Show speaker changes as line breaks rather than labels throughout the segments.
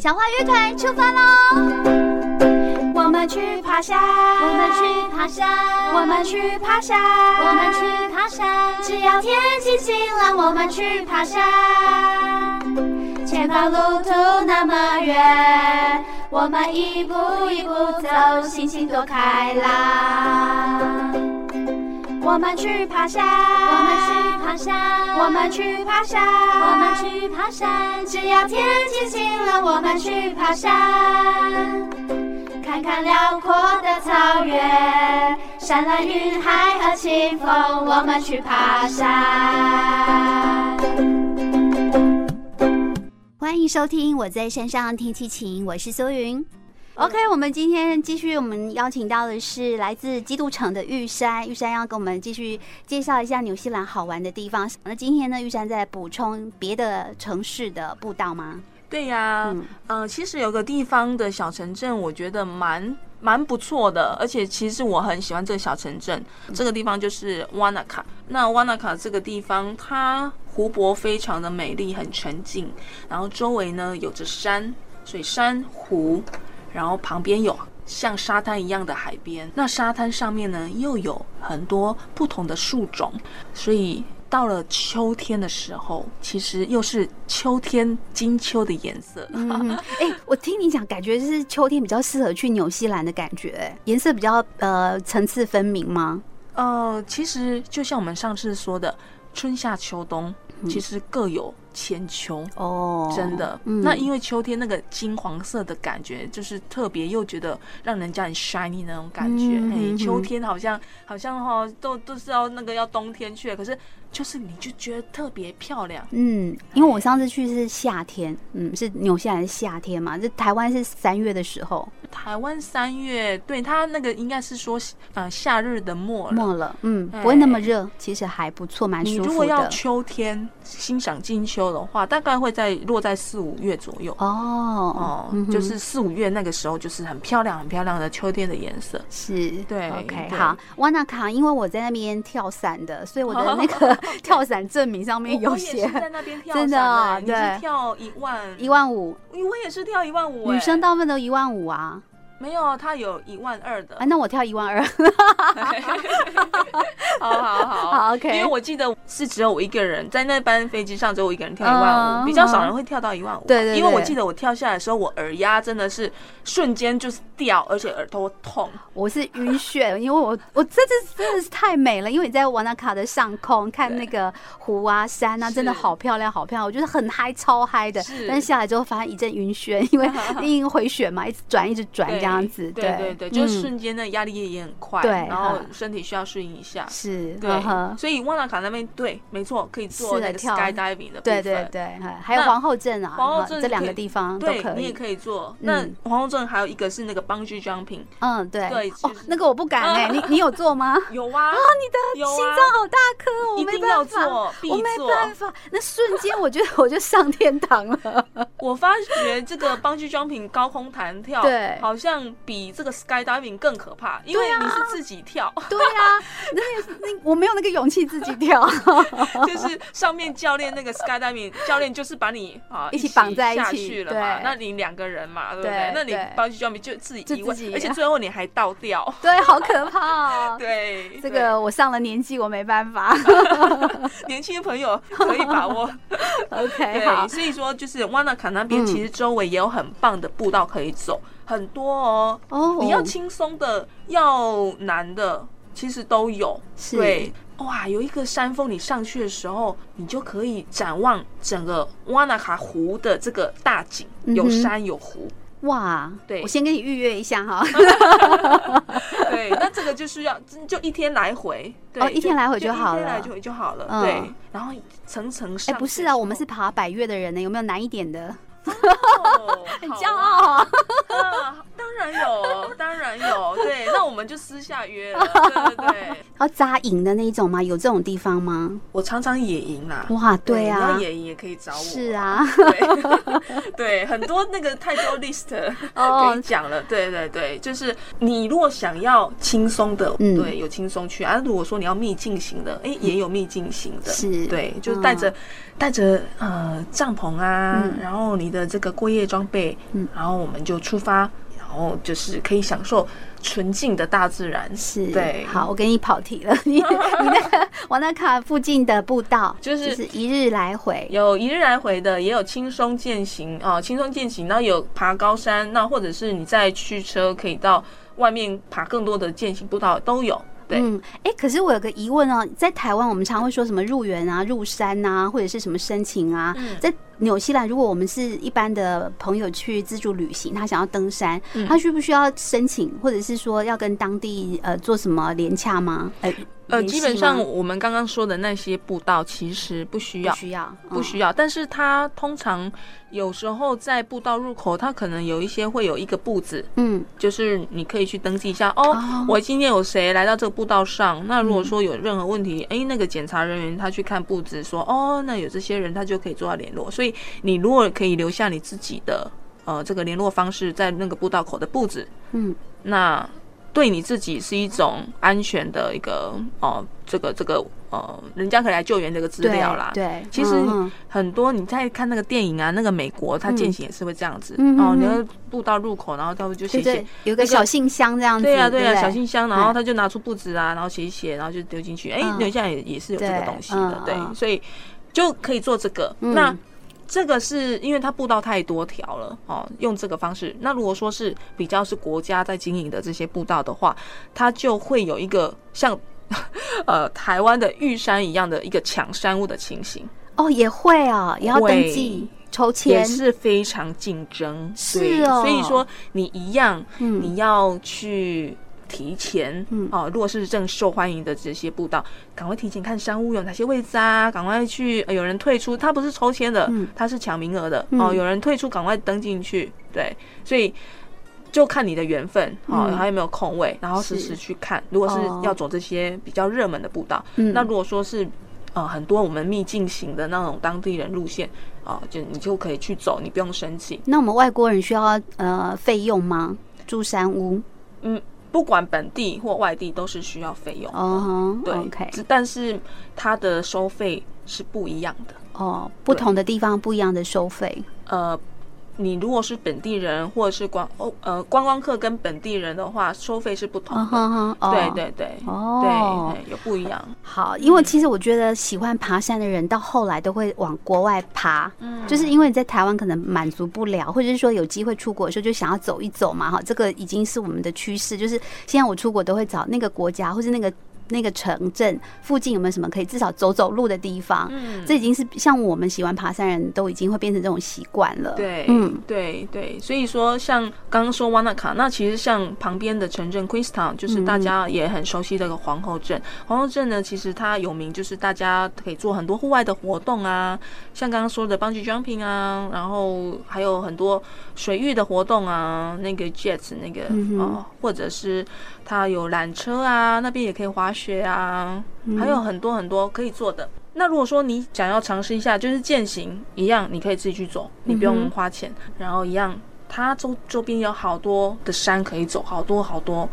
小花乐团出发喽！
我们去爬山，
我们去爬山，
我们去爬山，
我们去爬山。
只要天气晴朗，我们去爬山。前方路途那么远，我们一步一步走，心情多开朗。我们去爬山，
我们去爬山，
我们去爬山，
我们去爬山。
只要天气晴朗，我们去爬山。看看辽阔的草原，山岚云海和清风，我们去爬山。
欢迎收听《我在山上听七情》，我是苏云。
OK，我们今天继续，我们邀请到的是来自基督城的玉山，玉山要跟我们继续介绍一下纽西兰好玩的地方。那今天呢，玉山在补充别的城市的步道吗？
对呀、嗯、呃其实有个地方的小城镇，我觉得蛮蛮不错的，而且其实我很喜欢这个小城镇。这个地方就是瓦纳卡。那瓦纳卡这个地方，它湖泊非常的美丽，很沉静，然后周围呢有着山，所以山湖，然后旁边有像沙滩一样的海边。那沙滩上面呢又有很多不同的树种，所以到了秋天的时候，其实又是秋天金秋的颜色。
嗯， 哎、我听你讲，感觉就是秋天比较适合去纽西兰的感觉，颜色比较呃层次分明吗？
呃，其实就像我们上次说的，春夏秋冬其实各有千秋。
嗯哦
真的，那因为秋天那个金黄色的感觉，就是特别又觉得让人家很 shiny 那种感觉。
嗯
哎、
嗯
秋天好像好像哈、都都是要那个要冬天去了，可是就是你就觉得特别漂亮。
嗯，因为我上次去是夏天，嗯，是纽西兰的夏天嘛，这台湾是三月的时候，
台湾三月，对它那个应该是说呃夏日的末了。
末了，嗯，
哎
不会那么热，其实还不错，蛮
你
舒
如
服
果要
的。
秋天欣赏金秋的话，大概会在落在四五月左右。
哦
哦，，
嗯哼
就是四五月那个时候，就是很漂亮、很漂亮的秋天的颜色。
是，
对
，OK，
对
好，瓦纳卡，因为我在那边跳伞的，所以我 的那个跳伞证明上面
我
有
我也
写
是在那边跳
真的哦
伞欸你
对
是跳一万
一，万五，
我也是跳一万五欸。
女生大部分都一万五啊，
没有，他有一万二的
啊，。那我跳一万二，
好好 好
好，OK
因为我记得是只有我一个人在那班飞机上，只有我一个人跳一万
嗯
五，比较少人会跳到一万五。啊
对对对
因为我记得我跳下来的时候，我耳压真的是瞬间就是掉，而且耳朵痛。
我是晕眩，因为我我这次真的是太美了，因为你在瓦纳卡的上空看那个湖啊、山啊，
是
真的好漂亮，好漂亮，我觉得很嗨，超嗨的。
是
但是下来之后发现一阵晕眩，因为因为回旋嘛，一直转一直转
对
这样子，嗯
对对对，就是瞬间的压力也很快，
对
然后
哈
身体需要适应一下。
是，呵呵
对，所以万纳卡那边对，没错，可以做
是的
那个
跳
skydiving 的部
对
分。
对对，哎还有
那
皇后镇啊，
皇后
哈
镇
这两
可
个
以
地方都
对
可
你也
以。
可以做。
嗯
那皇后镇还有一个是那个 bungee jumping，
嗯，对
对
哦
就是，
那个我不敢 哎，你你有做吗？啊，
有啊，
你的
有啊
心脏好大颗哦，我
一
没
定要
办法，
做，必
我没
做。
办法，那瞬间我觉得我就上天堂了。
我发觉这个 bungee jumping 高空弹跳，
对
好像比这个 skydiving 更可怕，因为
对啊
你是自己跳，
对啊，那个那我没有那个勇气自己 跳，
就是上面教练那个 skydiving 教练就是把你啊
一起绑在一
下
起
去了嘛
对，
那你两个人嘛，对不
对
对？那你
对
bungee jumping 就自己
就
一位
自己，
而且最后你还倒 掉，
对，好可怕哦。
对，
这
对
个我上了年纪，我没办法。
年轻的朋友可以把 握。
OK，好
对，，所以说就是瓦纳卡那边
嗯
其实周围也有很棒的步道可以走，很多哦。
哦，
你要轻松的，要难的，其实都有。
是
对，哇，有一个山峰，你上去的时候，你就可以展望整个瓦纳卡湖的这个大景，
嗯哼
有山有湖。
哇，
对
我先跟你预约一下哈。
对， 那这个就是要就一天来回，对，
哦一天来回就好
一天来
了
回就好了。
嗯
对，然后层层
哎，
上。
不是啊，我们是。爬百 越的人呢，有没有难一点的？
很
骄傲啊！
哦啊，当然然有，当然有。对，那我们就私下约了。对对对，
要扎营的那一种吗？有这种地方吗？
我常常野营啦。
哇，对
你
啊
要，野营也可以找我。
是啊，
对 对，很多那个太多 list
哦
可以讲了。对对对，就是你如果想要轻松的，
嗯
对，有轻松去啊。如果说你要秘境型的，哎，也有秘境型的，
是
对，就是带着带着呃帐篷啊
嗯，
然后你的这个过夜装备
嗯，
然后我们就出发，然后就是可以享受纯净的大自然。
是，
对，
好，我给你跑题了，你你那 个瓦纳卡附近的步道，
就是
就是一日来回，
有一日来回的，也有轻松健行啊，轻松健行，然后有爬高山，那或者是你再驱车可以到外面爬更多的健行步道都有。对，
嗯，哎、可是我有个疑问哦，在台湾我们常会说什么入园啊、入山啊，或者是什么申请啊。
嗯
在纽西兰，如果我们是一般的朋友去自助旅行，他想要登山，
嗯
他需不需要申请，或者是说要跟当地呃做什么联洽吗？呃
呃，
联系
基本上
吗
我们刚刚说的那些步道其实不需
不
要，
需要，
不需要，但是它通常有时候在步道入口，它可能有一些会有一个步子，
嗯，嗯，
就是你可以去登记一下哦。
哦嗯
我今天有谁来到这个步道上？那如果说有任何问题，诶，那个检查人员他去看步子说，哦，那有这些人，他就可以做到联络。所以你如果可以留下你自己的呃这个联络方式，在那个步道口的步子，
嗯，
那对你自己是一种安全的一个哦、呃这个这个呃，人家可以来救援这个资
对
料啦。
对，
其实
嗯
你
嗯
很多你在看那个电影啊，那个美国它践行也是会这样子、
嗯
哦，
嗯
你
嗯
要步到入口，然后他们就写
对
写
对，有个小信箱这样子，
对啊呀、对呀、
不
小信箱，然
嗯
后他就拿出布纸啊，然后写一写，然后就丢进去。哎、
嗯
留下来也也是有这个
对
东西的
嗯，
对，
嗯
所以就可以做这个。
嗯
那这个是因为它步道太多条了哦，用这个方式。那如果说是比较是国家在经营的这些步道的话，它就会有一个像 呃台湾的玉山一样的一个抢山屋的情形，
哦，也会哦，也要登
会
记抽
也
签，
是非常竞争。
是
对
哦
所以说你一样
嗯
你要去提前，
嗯
哦，如果是正受欢迎的这些步道，赶快提前看山屋有哪些位置啊，赶快去、呃有人退出，他不是抽签的，
嗯
他是抢名额的，
嗯
哦，有人退出，赶快登进去，对，所以。就看你的缘分哦，
嗯
还有没有空位，然后时
是
时去看。如果是
哦
要走这些比较热门的步道，
嗯
那如果说是呃很多我们秘境型的那种当地人路线哦，就你就可以去走，你不用申请。
那我们外国人需要呃费用吗？住山屋
嗯，不管本地或外地都是需要费用的。
哦、
对
o k
只但是它的收费是不一样的。
哦，不同的地方不一样的收费，
呃，你如果是本地人或者是观哦呃观光客跟本地人的话，收费是不同
嗯
的。
哼哼，哦
对，对对，
哦
对，嗯有不一样。
好，因为其实我觉得喜欢爬山的人到后来都会往国外爬，
嗯
就是因为你在台湾可能满足不了，或者是说有机会出国的时候就想要走一走嘛，哈，这个已经是我们的趋势，就是现在我出国都会找那个国家或是那个那个城镇附近有没有什么可以至少走走路的地方，
嗯，
这已经是像我们喜欢爬山人都已经会变成这种习惯了。
对，
嗯，
对对，所以说像刚刚说瓦纳卡，那其实像旁边的城镇 Queenstown，就是
嗯
大家也很熟悉的一个皇后镇。皇后镇呢，其实它有名就是大家可以做很多户外的活动啊，像刚刚说的 bungee jumping 啊，然后还有很多水域的活动啊，那个 jets 那个、
嗯哼
哦，或者是它有缆车啊，那边也可以滑雪啊，还有很多很多可以做的。那如果说你想要尝试一下，就是践行一样，你可以自己去走，你不用花钱，然后一样，它周周边有好多的山可以走，好多好多。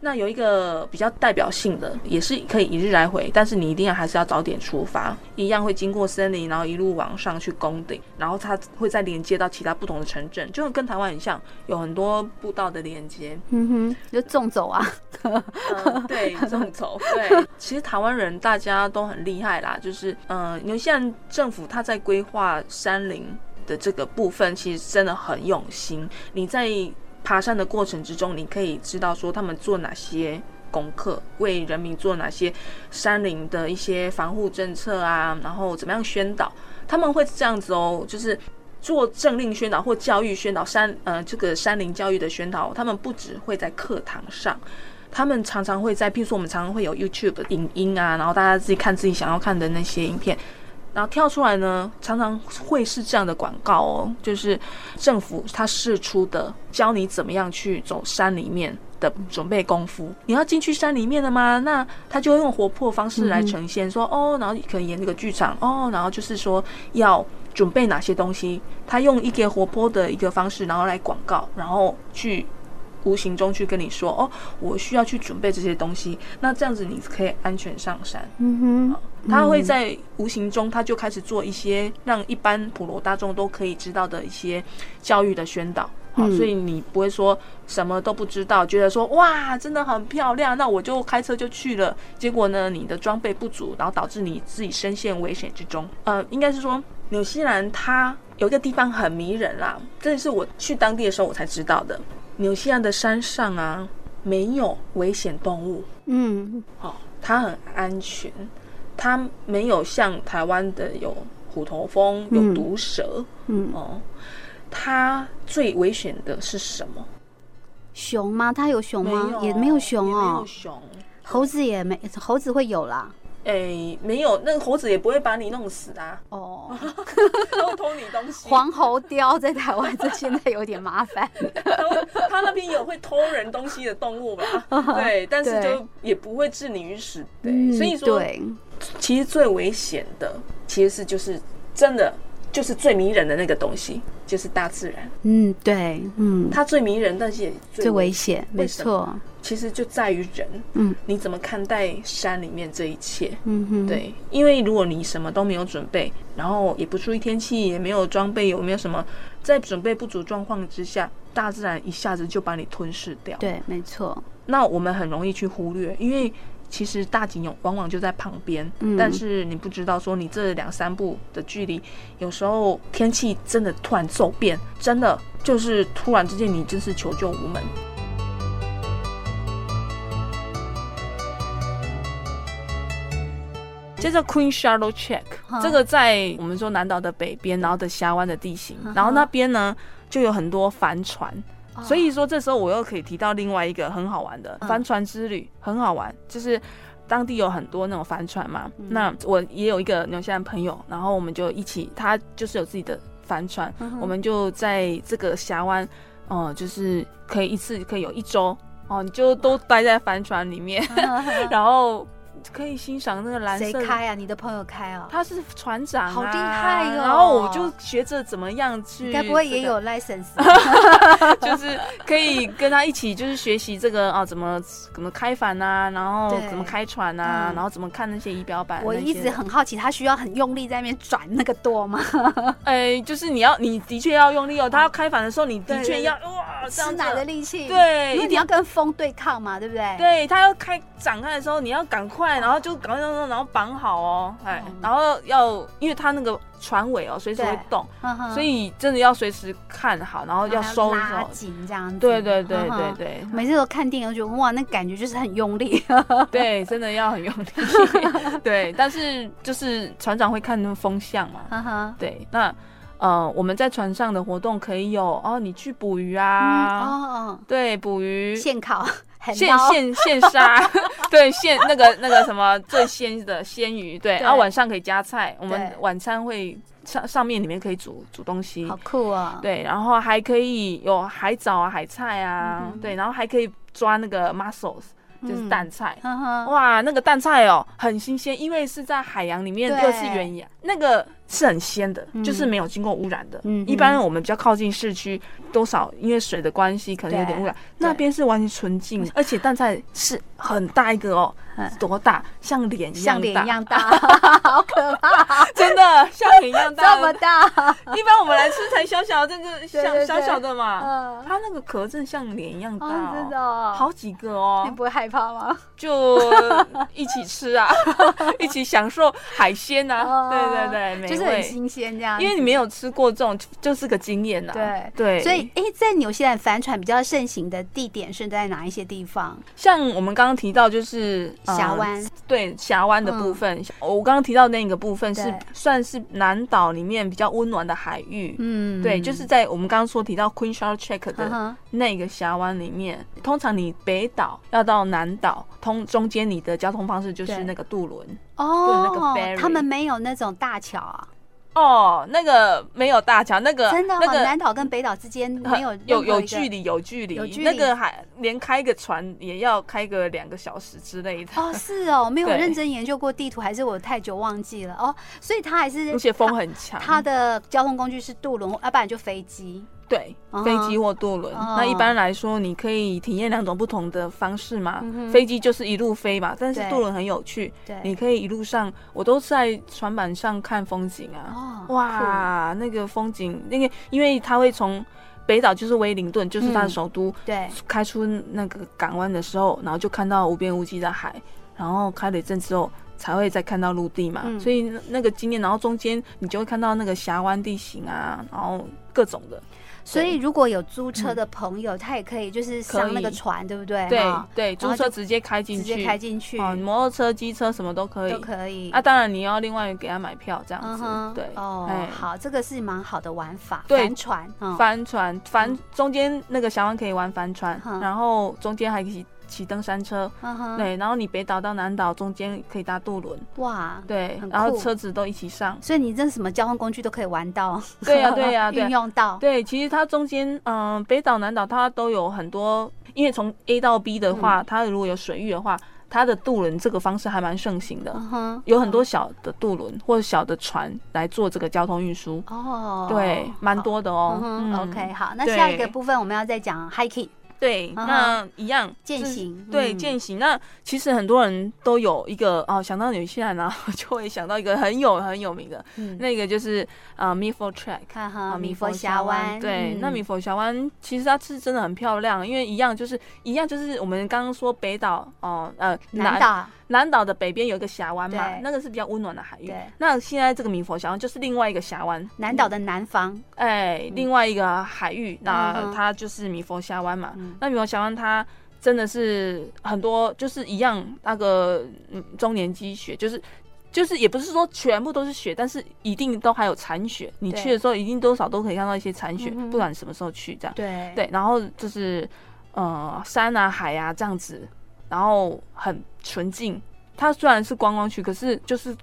那有一个比较代表性的，也是可以一日来回，但是你一定要还是要早点出发，一样会经过森林，然后一路往上去攻顶，然后它会再连接到其他不同的城镇，就跟台湾很像，有很多步道的连接。
嗯哼，就纵走啊，
嗯，对，众筹，对，其实台湾人大家都很厉害啦，就是嗯，纽西兰政府它在规划山林的这个部分，其实真的很用心。你在爬山的过程之中，你可以知道说他们做哪些。功课为人民做哪些山林的一些防护政策啊，然后怎么样宣导，他们会这样子哦，就是做政令宣导或教育宣导山呃这个山林教育的宣导，他们不只会在课堂上，他们常常会在，譬如说我们常常会有 YouTube 的影音啊，然后大家自己看自己想要看的那些影片。然后跳出来呢，常常会是这样的广告哦，就是政府它释出的，教你怎么样去走山里面的准备功夫。你要进去山里面了吗？那他就用活泼的方式来呈现说，哦，然后可能演这个剧场哦，然后就是说要准备哪些东西，他用一个活泼的一个方式，然后来广告，然后去。无形中去跟你说哦，我需要去准备这些东西，那这样子你可以安全上山。
嗯哼，
他会在无形中，他就开始做一些让一般普罗大众都可以知道的一些教育的宣导。好，
嗯
所以你不会说什么都不知道，觉得说哇真的很漂亮，那我就开车就去了。结果呢，你的装备不足，然后导致你自己深陷危险之中。呃，应该是说纽西兰它有一个地方很迷人啦，这是我去当地的时候我才知道的。纽西兰的山上啊，没有危险动物，
嗯
哦，它很安全，它没有像台湾的有虎头蜂、有
嗯
毒蛇、
嗯，
哦。它最危险的是什么？
熊吗？它有熊吗？也没
没啊
有熊
也没有
哦，
熊。
猴子也没，猴子会有啦。
哎、没有，那个猴子也不会把你弄死啊，
哦，
它会偷你东 西。
黄喉貂在台湾这现在有点麻 烦。
它会它那边有会偷人东西的动 物吧？对，但是
对
就也不会置你于死地。
嗯
所以说，
对，
其实最危险的其实是就是真的就是最迷人的那个东西，就是大自然。
嗯对，嗯，
它最迷人，但是也
最危
险。
险，
为
没
什
错，
其实就在于人，
嗯，
你怎么看待山里面这一切？
嗯哼，，
对，因为如果你什么都没有准备，然后也不注意天气，也没有装备，有没有什么在准备不足状况之下，大自然一下子就把你吞噬掉。，
对，没错，
那我们很容易去忽略，因为。其实大景有往往就在旁边，
嗯
但是你不知道说你这两三步的距离，有时候天气真的突然骤变，真的就是突然之间你真是求救无门。接着 Queen Charlotte Check，、
哈
这个在我们说南岛的北边，然后的峡湾的地形，然后那边呢就有很多帆船，所以说这时候我又可以提到另外一个很好玩的
哦嗯
帆船之旅，很好玩，就是。当地有很多那种帆船嘛，
嗯
那我也有一个纽西兰朋友，然后我们就一起，他就是有自己的帆船，
嗯
我们就在这个峡湾，哦、就是可以一次可以有一周，哦、你就都待在帆船里面，然后可以欣赏那个
嗯
蓝
谁
色的
开啊？你的朋友开啊？
他是船长、啊，
好厉害哟
然后我就学着怎么样去，
你该不会也有 license？吧
就是可以跟他一起，就是学习这个啊，怎么怎么开帆啊，然后
对
怎么开船啊，
嗯
然后怎么看那些仪表板那
我
些的。
一直很好奇，他需要很用力在那边转那个舵吗？
哎，就是你要，你的确要用力哦。他要开帆的时候，你的确要哇，这
吃
样子
奶的力气？，
对，
因为
一
你
定
要跟风对抗嘛，对不对？
对他要开展开的时候，你要赶快，然后就赶快弄弄，然后绑好哦，哎，然后要，因为他那个船尾哦，随时会
对
动，
嗯哼，
所以真的要随时看好，然后要收的时
拉
候，
紧这样子。
对对对
嗯
对
哼。
对嗯
每次都看电影，我觉得哇，那感觉就是很用力。
对，真的要很用力。对，但是就是船长会看那个风向嘛。
哈哈，
对，那呃，我们在船上的活动可以有哦，你去捕鱼
哦
啊，
哦，
对，捕鱼。
现烤，很
现现现杀， 对现那个那个什么最鲜的鲜鱼，对，
对
然后晚上可以加菜，我们
对
晚餐会上上面里面可以煮煮东西，
好酷哦。
对，然后还可以有海藻啊、海菜啊，
嗯哼
对，然后还可以抓那个 mussels，就是
嗯
蛋菜。
哈哈，
哇，那个蛋菜哦，很新鲜，因为是在海洋里面，
对
又是原野，那个是很鲜的，
嗯
就是没有经过污染的。
嗯哼
一般我们比较靠近市区，多少因为水的关系，可能有点污染。
对
那边是完全纯净，而且蛋菜是很大一个哦
嗯，
多大？像脸一
像
样大，
脸一样大， 好可怕，
真的像脸一样 大。
这么大。
一般我们来吃才小小的，这个
对对
小
对
小小的嘛。
嗯，
它那个壳真的像脸一样大、
哦，
哦，
真的哦，
好几个
你
哦，
不会害怕 吗？
就一起 吃啊，一起享受海鲜啊，
哦
对对对，美味
就是很新鲜这样子，
因为你没有吃过这种，就是个经验呐、啊
对
对，
所以，哎、在纽西兰帆船比较盛行的地点是在哪一些地方？
像我们刚刚提到，就是呃
峡湾，
对峡湾的部分，我刚刚提到那个部分是
嗯对
算是南岛里面比较温暖的海域。
嗯，
对，就是在我们刚刚说提到 Queen Charlotte Check 的
嗯哼
那个峡湾里面，通常你北岛要到南岛，通中间你的交通方式就是
对
那个渡轮，有那个
哦
ferry
他们没有那种大桥啊，
哦，那个没有大桥，那个
真的哦，
那个
南岛跟北岛之间没有任
有
何
有
一个
距离，有距离，
有距离
那个还连开个船也要开个两个小时之类的，
哦，是哦，没有
对
认真研究过地图，还是我太久忘记了哦，所以它还是
而且风
它
很强。
它的交通工具是渡轮，啊要不然就飞机。
对
嗯哼
飞机或渡轮，
哦
那一般来说你可以体验两种不同的方式嘛。
嗯哼
飞机就是一路飞嘛，但是
对
渡轮很有趣，
对，
你可以一路上，我都是在船板上看风景啊。
哦，
哇，那个风景，那个因为它会从北岛就是威灵顿，就是它的
嗯
首都，
对，
开出那个港湾的时候，然后就看到无边无际的海，然后开了一阵之后才会再看到陆地嘛，
嗯
所以那那个经验，然后中间你就会看到那个峡湾地形啊，然后各种的，
所以如果有租车的朋友，他也可以就是上那
嗯可
个
以
船，对不对？
对
哈
对，
然
租
后
车
就
直接开进
直
去，
接开进去
哦，摩托车、机车什么都可以
都。可以。
啊，当然你要另外给他买票这样子，对，
哦
哎，
好，这个是蛮好的玩法，
对
帆船，嗯，
帆船，帆中间那个峡湾可以玩帆船，
嗯
然后中间还可以骑骑登山车，
嗯哼，
对，然后你北岛到南岛中间可以搭渡轮，
哇，
对
很，
然后
酷。
车子都一起上
所以你这什么交通工具都可以玩到，
对呀、对呀、对
运
呀、
用到，
对。其实它中间，嗯、北岛、南岛它都有很多，因为从 A 到 B 的话，
嗯
它如果有水域的话，它的渡轮这个方式还蛮盛行的，
嗯哼，
有很多小的渡轮或者小的船来做这个交通运输。
哦，
对，蛮多的
好。
哦
嗯。哼
嗯
OK，好，那
对
下一个部分我们要再讲 hiking，
对，
嗯哼
那一样
践
就是
行
对，
嗯
践行。那其实很多人都有一个哦，想到纽西兰啊， 就会想到一个很有很有名的，
嗯
那个就是啊、呃、，Mifo Track。
看哈
啊，
米佛峡湾，
对，
嗯
那米佛峡湾其实它是真的很漂亮，因为一样就是一样就是我们刚刚说北岛哦呃
南岛，
南岛的北边有一个峡湾嘛
对，
那个是比较温暖的海域
对。
那现在这个米佛峡湾就是另外一个峡湾，
南岛的南方，
哎，另外一个海域，
嗯
那
哼
它就是米佛峡湾嘛。
嗯
那米佛峡湾它真的是很多，就是一样那个嗯中年积雪，就是就是也不是说全部都是雪，但是一定都还有残雪。你
对
去的时候，一定多少都可以看到一些残雪
嗯，哼
不管什么时候去这样。
对
对，然后就是呃山啊海啊这样子，然后很纯净。它虽然是观光区，可是就是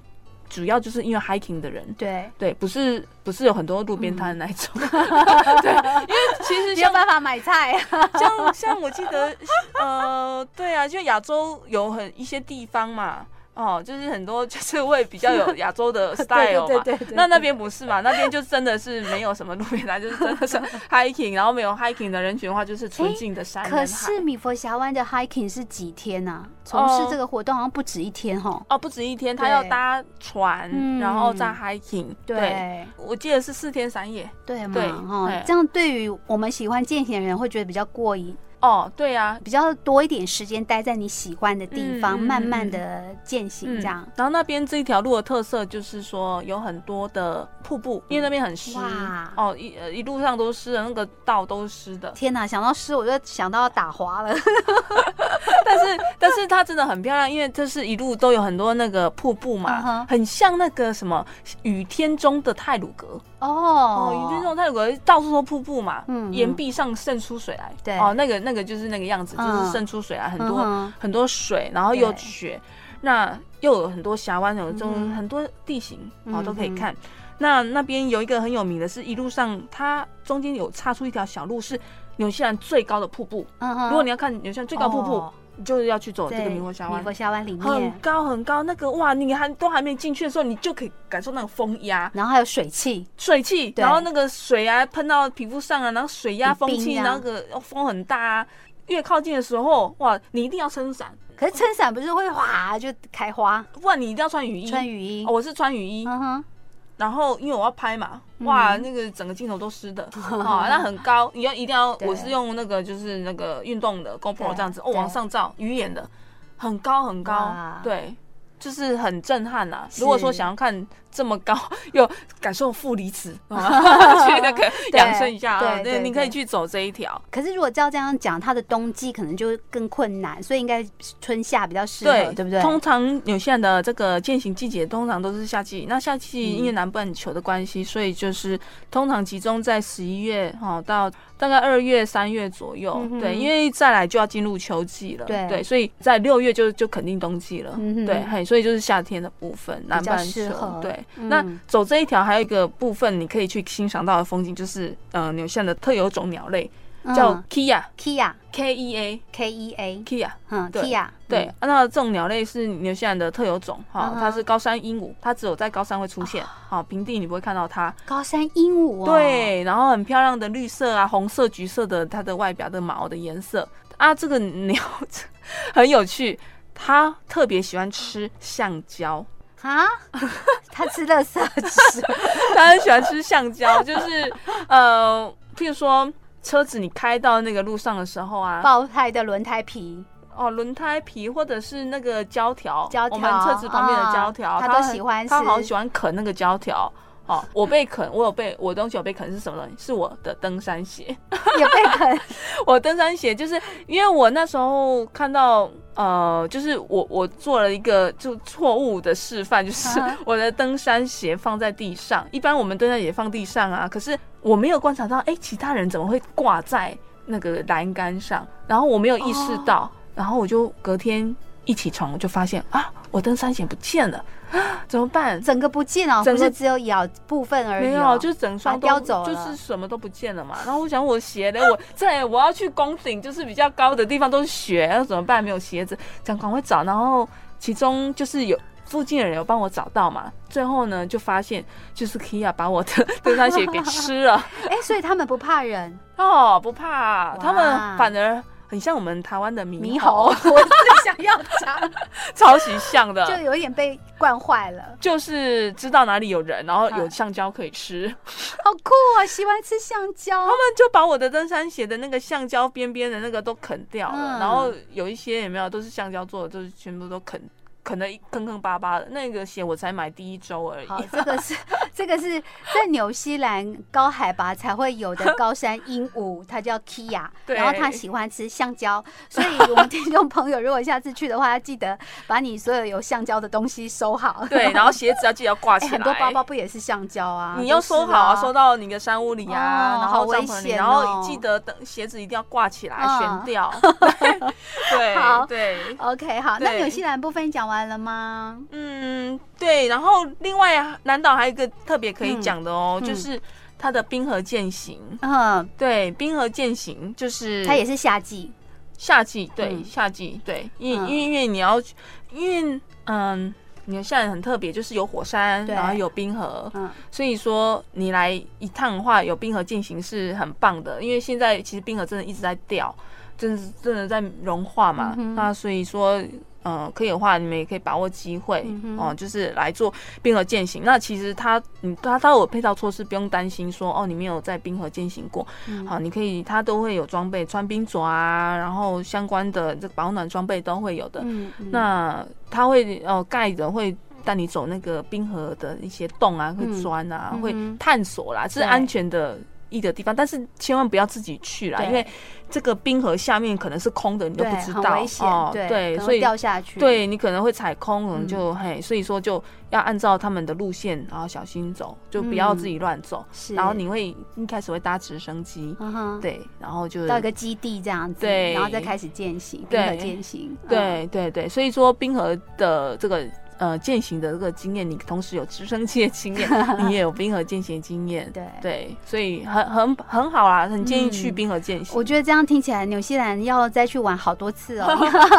主要就是因为 hiking 的人。
对，
对，不是不是有很多路边摊的那一种， 对，因为其实
没有
像
办法买菜，
像像我记得， 呃，对啊，就亚洲有很一些地方嘛，哦，就是很多就是会比较有亚洲的 style 嘛，
对对对对
那那边不是嘛？那边就真的是没有什么路边摊，就是真的是 hiking，然后没有 hiking 的人群的话，就是纯净的山跟海。
可是米佛峡湾的 hiking 是几天呐、从
哦
事这个活动好像不止一天哦。
哦，不止一天，他
对
要搭船，
嗯
然后再 hiking，
对
我记得是四天三夜。
对嘛
对
哦
哎，
这样对于我们喜欢践行的人会觉得比较过瘾，
哦，对啊，
比较多一点时间待在你喜欢的地方，
嗯嗯嗯嗯
慢慢的践行这样。
然后那边这一条路的特色就是说有很多的瀑布，因为那边很湿
哇。
哦，一呃一路上都湿的，那个道都湿的
天哪，想到诗我就想到打滑 了。
但是但是它真的很漂亮，因为就是一路都有很多那个瀑布
嗯
嘛
哼
很像那个什么雨天中的泰鲁格哦，雨天中
哦，
的泰鲁格到处都瀑布嘛，
嗯
岩壁上渗出水来，
对
哦，那个那个就是那个样子，就
嗯
是渗出水来，很多、
嗯哼
很多水，然后又
对
雪，那又有很多峡湾，有
嗯
这种
哼
很多地形
嗯
哦
哼
都可以看。那那边有一个很有名的是，一路上它中间有插出一条小路，是纽西兰最高的瀑布。
嗯哼
如果你要看纽西兰最高瀑布
哦，
你就是要去走这
对
个迷惑峡
迷
湾
佛。峡湾里
很
面，
高很高，那个哇，你还都还没进去的时候，你就可以感受那种风压，
然后还有水汽，
水汽，
对
然后那个水啊喷到皮肤上啊，然后水压、
很
风
冰
气，
啊
然后那个风很大啊。越靠近的时候，哇，你一定要撑伞，
可是撑伞不是会哗就开花，
不然你一定要穿雨衣。
穿雨衣
哦，。我是穿雨衣，
嗯哼，
然后因为我要拍嘛，哇，那个整个镜头都 湿的，哦，那很高，你要一定要，
对
我是用那个就是那个运动的 GoPro
对
这样子，哦，
对
往上照，鱼眼的，很高很高
哇，
对。就是很震撼呐、
是
如果说想要看这么高， 又感受负 离子，啊 去那个
对
养生一下啊，
对
对，
对
你可以
对
去走这一条。
可是如果照这样讲，它的冬季可能就更困难，所以应该春夏比较适合，对不对？
通常纽西兰的这个践行季节通常都是夏季，那夏季因为南半球的关系，所以就是通常集中在十一月哦到大概二月、三月左右、
嗯哼
对，因为再来就要进入秋季了，
对
所以在六月就就肯定冬季了，
嗯哼
对，嘿，所以就是夏天的部分，南半
适合
球。对，
嗯
那走这一条还有一个部分，你可以去欣赏到的风景就是呃纽西兰的特有种鸟类，
嗯
叫 Kia、
Kia
K E A
K E A，
Kia。
嗯
对
，Kia
对
嗯，
啊那这种鸟类是纽西兰的特有种哈
嗯，哼啊
它是高山鹦鹉，它只有在高山会出现，好平地你不会看到它。
高山鹦鹉哦，，
对，然后很漂亮的绿色啊、红色、橘色的它的外表的毛的颜色啊，这个鸟 很有趣，它特别喜欢吃橡胶，
啊，它吃垃圾 食物，
它很喜欢吃橡胶，就是呃，譬如说车子你开到那个路上的时候啊，
爆胎的轮胎皮、
哦，轮胎皮或者是那个胶条，
胶
我们
条
车子旁边
啊
的胶条，
他都
很
喜欢
他
吃
好喜欢啃那个胶条。哦，我被啃，我有被我东西有被啃是什么东西？是我的登山鞋，
也被啃，
我登山鞋就是因为我那时候看到，呃，就是我我做了一个就错误的示范，就是
啊
我的登山鞋放在地上，一般我们登山鞋放地上啊，可是我没有观察到，哎、其他人怎么会挂在那个栏杆上？然后我没有意识到，然后我就隔天一起床我就发现啊，我登山鞋不见了， 啊怎么办？
整个不见哦，
整
不
个
是只有咬部分而已哦，
没有，就整双
把它叼
都
走
就
了
是什么都不见了嘛。然后我想我鞋嘞，我在我要去宫顶，就是比较高的地方都是雪，那怎么办？没有鞋子，想赶快找。然后其中就是有附近的人有帮我找到嘛。最后呢，就发现就是 Kia 把我的 登山鞋给吃了。
哎，所以他们不怕人，
哦，不怕，
哇
他们反而很像我们台湾的猕
猕
猴，
猴，我最想要讲，
超级像
就
的。
有点被惯坏了，
就是知道哪里有人，然后有
嗯
橡胶可以吃。
好酷啊，喜欢吃香蕉
他，们就把我的登山鞋的那个橡胶边边的那个都啃掉了，
嗯
然后有一些也没有，都是橡胶做的，就是全部都啃，啃的坑坑巴巴的。那个鞋我才买第一周而已。
好，这个是这个是在纽西兰高海拔才会有的高山鹦鹉，它叫 Kia，
对
然后它喜欢吃橡胶，所以我们听众朋友如果下次去的话，要记得把你所有有橡胶的东西收好。
对，然后鞋子要记得要挂
哎
起来。
很多包包不也是橡胶啊？
你要
都是
收好啊，
啊
收到你的山屋里啊，
哦
然
好
后
危
帐篷里，
险
然
哦
后记得等鞋子一定要挂起来，
嗯
悬 吊。
好
对对，
OK，好，那
对
纽西兰部分讲完了吗？
嗯，对。然后另外啊，南岛还有一个特别可以
嗯
讲的哦，
嗯
就是它的冰河践行。
嗯，
对，冰河践行就是
它也是夏季，
夏季，对，
嗯
夏季，对，因
嗯
因为因为你要，因为嗯，纽西兰很特别，就是有火山，
对
然后有冰河，
嗯，
所以说你来一趟的话，有冰河进行是很棒的，因为现在其实冰河真的一直在掉，真的真的在融化嘛，
嗯哼
那所以说。呃，可以的话，你们也可以把握机会哦、
嗯哼
就是来做冰河践行。那其实它，你它它有配套措施，不用担心说哦，你没有在冰河践行过，
嗯
好，你可以，它都会有装备，穿冰爪啊，然后相关的这个保暖装备都会有的。
嗯，嗯
那它会哦，盖着会带你走那个冰河的一些洞啊，会钻啊，
嗯
会
哼
探索啦，是
对
安全的。一的地方，但是千万不要自己去啦，
对
因为这个冰河下面可能是空的，你都
对
不知
很
道哦
危险，对，可能
所
会
以
掉下去，
对你可能会踩空，可能
嗯
就、嘿，所以说就要按照他们的路线，然后小心走，就不要自己乱走。
嗯是
然后你会一开始会搭直升机，
嗯哼，
对，然后就
到一个基地这样子，
对
然后再开始践行，
对
冰河践行，嗯，
对对对，所以说冰河的这个呃践行的这个经验，你同时有直升机的 经验，你也有冰河践行的经验，
对
对，所以很很很好啦，很建议去
嗯
冰河践行。
我觉得这样听起来，纽西兰要再去玩好多次哦，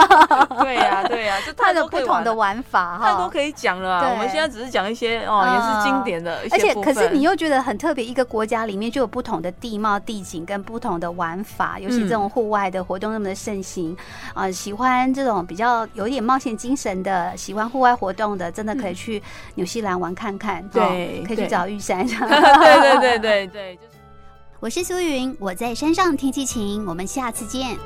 对呀对 呀，就
它
太
的
多
不
可以
同
玩
的
了，
玩法
太多
哈。
可以讲了啊。
对嗯
我们现在只是讲一些哦，也是经典的一
而
些
且，
部
可
分。
是你又觉得很特别，一个国家里面就有不同的地貌、地景跟不同的玩法，尤其
嗯
这种户外的活动那么的盛行，呃，喜欢这种比较有点冒险精神的，喜欢户外活动的，真的可以去纽西兰玩看看，
对
哦可以去
对
找玉山。
对对对对对，就是。
我是苏云，我在山上听气晴，我们下次见。